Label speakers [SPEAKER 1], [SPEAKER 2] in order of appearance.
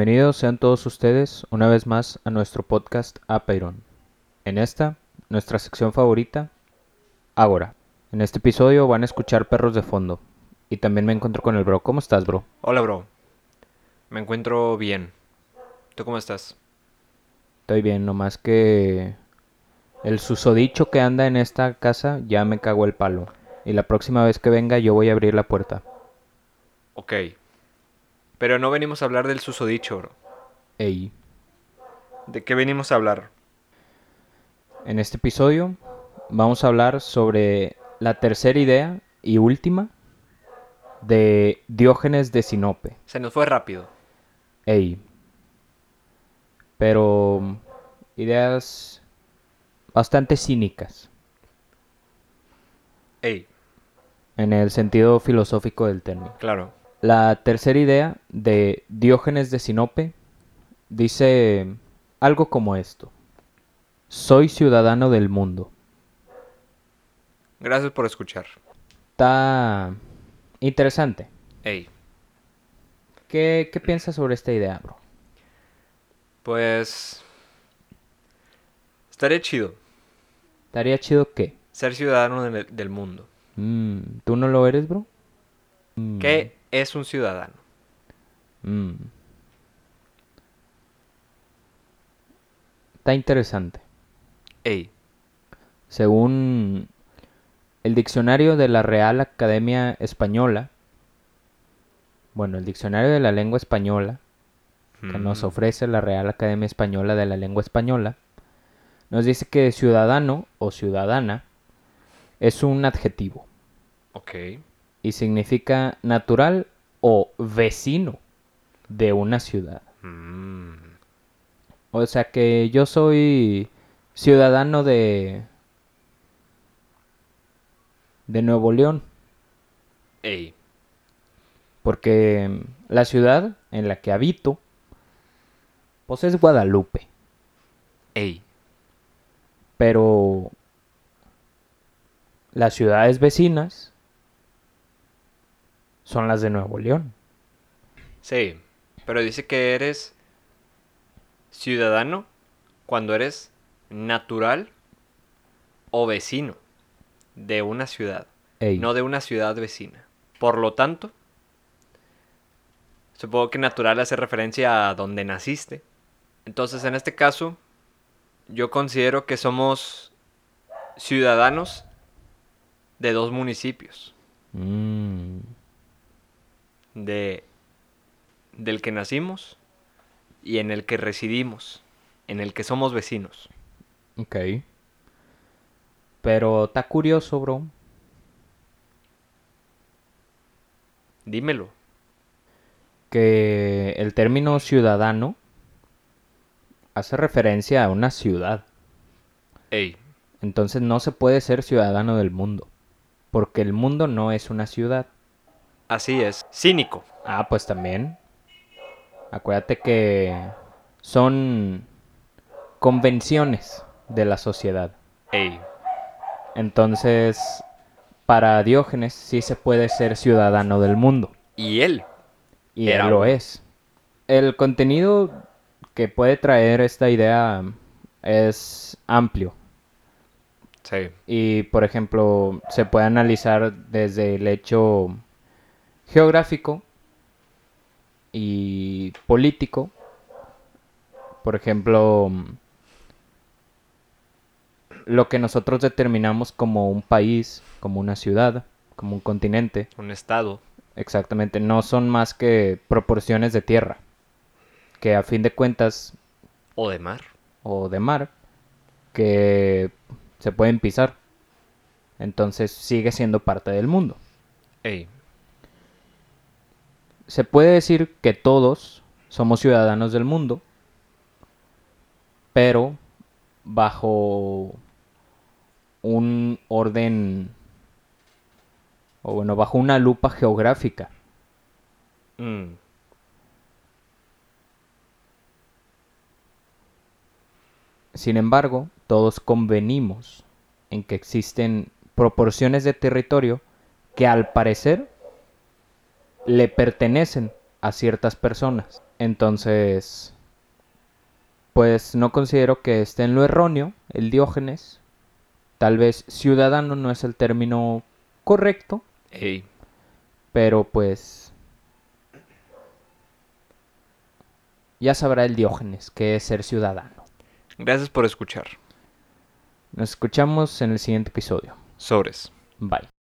[SPEAKER 1] Bienvenidos sean todos ustedes una vez más a nuestro podcast Apeiron. En esta, nuestra sección favorita, Ágora. En este episodio van a escuchar perros de fondo. Y también me encuentro con el bro. ¿Cómo estás, bro?
[SPEAKER 2] Hola, bro. Me encuentro bien. ¿Tú cómo estás?
[SPEAKER 1] Estoy bien, nomás que el susodicho que anda en esta casa ya me cagó el palo. Y la próxima vez que venga yo voy a abrir la puerta.
[SPEAKER 2] Ok. Pero no venimos a hablar del susodicho, bro.
[SPEAKER 1] Ey.
[SPEAKER 2] ¿De qué venimos a hablar?
[SPEAKER 1] En este episodio vamos a hablar sobre la tercera idea y última de Diógenes de Sinope.
[SPEAKER 2] Se nos fue rápido.
[SPEAKER 1] Ey. Pero ideas bastante cínicas
[SPEAKER 2] Ey,
[SPEAKER 1] en el sentido filosófico del término.
[SPEAKER 2] claro.
[SPEAKER 1] La tercera idea de Diógenes de Sinope dice algo como esto. Soy ciudadano del mundo.
[SPEAKER 2] Gracias por escuchar.
[SPEAKER 1] Está interesante.
[SPEAKER 2] Ey.
[SPEAKER 1] ¿Qué, qué piensas sobre esta idea, bro?
[SPEAKER 2] Pues... Estaría chido
[SPEAKER 1] ¿Estaría chido qué?
[SPEAKER 2] ser ciudadano del, del mundo.
[SPEAKER 1] Mm, ¿Tú no lo eres, bro?
[SPEAKER 2] ¿Qué es un ciudadano?
[SPEAKER 1] Mm. Está interesante.
[SPEAKER 2] Ey.
[SPEAKER 1] Según el diccionario de la Real Academia Española, bueno, el diccionario de la lengua española, que nos
[SPEAKER 2] Mm,
[SPEAKER 1] ofrece la Real Academia Española de la Lengua Española, nos dice que ciudadano o ciudadana es un adjetivo
[SPEAKER 2] Ok.
[SPEAKER 1] y significa natural o vecino de una ciudad.
[SPEAKER 2] Mm,
[SPEAKER 1] O sea que yo soy ciudadano de de Nuevo León,
[SPEAKER 2] Ey.
[SPEAKER 1] porque la ciudad en la que habito pues es Guadalupe,
[SPEAKER 2] Ey.
[SPEAKER 1] pero las ciudades vecinas son las de Nuevo León.
[SPEAKER 2] Sí, pero dice que eres ciudadano cuando eres natural o vecino de una ciudad,
[SPEAKER 1] Ey,
[SPEAKER 2] no de una ciudad vecina. Por lo tanto, supongo que natural hace referencia a donde naciste. Entonces, en este caso, yo considero que somos ciudadanos de dos municipios,
[SPEAKER 1] mm,
[SPEAKER 2] de del que nacimos y en el que residimos, en el que somos vecinos.
[SPEAKER 1] ok. Pero está curioso, bro.
[SPEAKER 2] Dímelo.
[SPEAKER 1] que el término ciudadano hace referencia a una ciudad.
[SPEAKER 2] Ey,
[SPEAKER 1] Entonces no se puede ser ciudadano del mundo, porque el mundo no es una ciudad.
[SPEAKER 2] así es. Cínico.
[SPEAKER 1] Ah, pues también. Acuérdate que son convenciones de la sociedad.
[SPEAKER 2] Ey,
[SPEAKER 1] Entonces, para Diógenes sí se puede ser ciudadano del mundo.
[SPEAKER 2] y él.
[SPEAKER 1] Y
[SPEAKER 2] Era
[SPEAKER 1] él lo
[SPEAKER 2] uno.
[SPEAKER 1] es. El contenido que puede traer esta idea es amplio.
[SPEAKER 2] Sí.
[SPEAKER 1] Y, por ejemplo, se puede analizar desde el hecho geográfico y político. Por ejemplo, lo que nosotros determinamos como un país, como una ciudad, como un continente.
[SPEAKER 2] Un estado.
[SPEAKER 1] Exactamente, no son más que proporciones de tierra, que a fin de cuentas,
[SPEAKER 2] O de mar.
[SPEAKER 1] o de mar, que se pueden pisar. Entonces sigue siendo parte del mundo.
[SPEAKER 2] Ey.
[SPEAKER 1] Se puede decir que todos somos ciudadanos del mundo, pero bajo un orden, o bueno, bajo una lupa geográfica.
[SPEAKER 2] Mm.
[SPEAKER 1] Sin embargo, todos convenimos en que existen proporciones de territorio que al parecer le pertenecen a ciertas personas. Entonces, pues no considero que esté en lo erróneo el Diógenes. Tal vez ciudadano no es el término correcto,
[SPEAKER 2] Ey,
[SPEAKER 1] pero pues ya sabrá el Diógenes qué es ser ciudadano.
[SPEAKER 2] gracias por escuchar.
[SPEAKER 1] Nos escuchamos en el siguiente episodio.
[SPEAKER 2] Sobres.
[SPEAKER 1] Bye.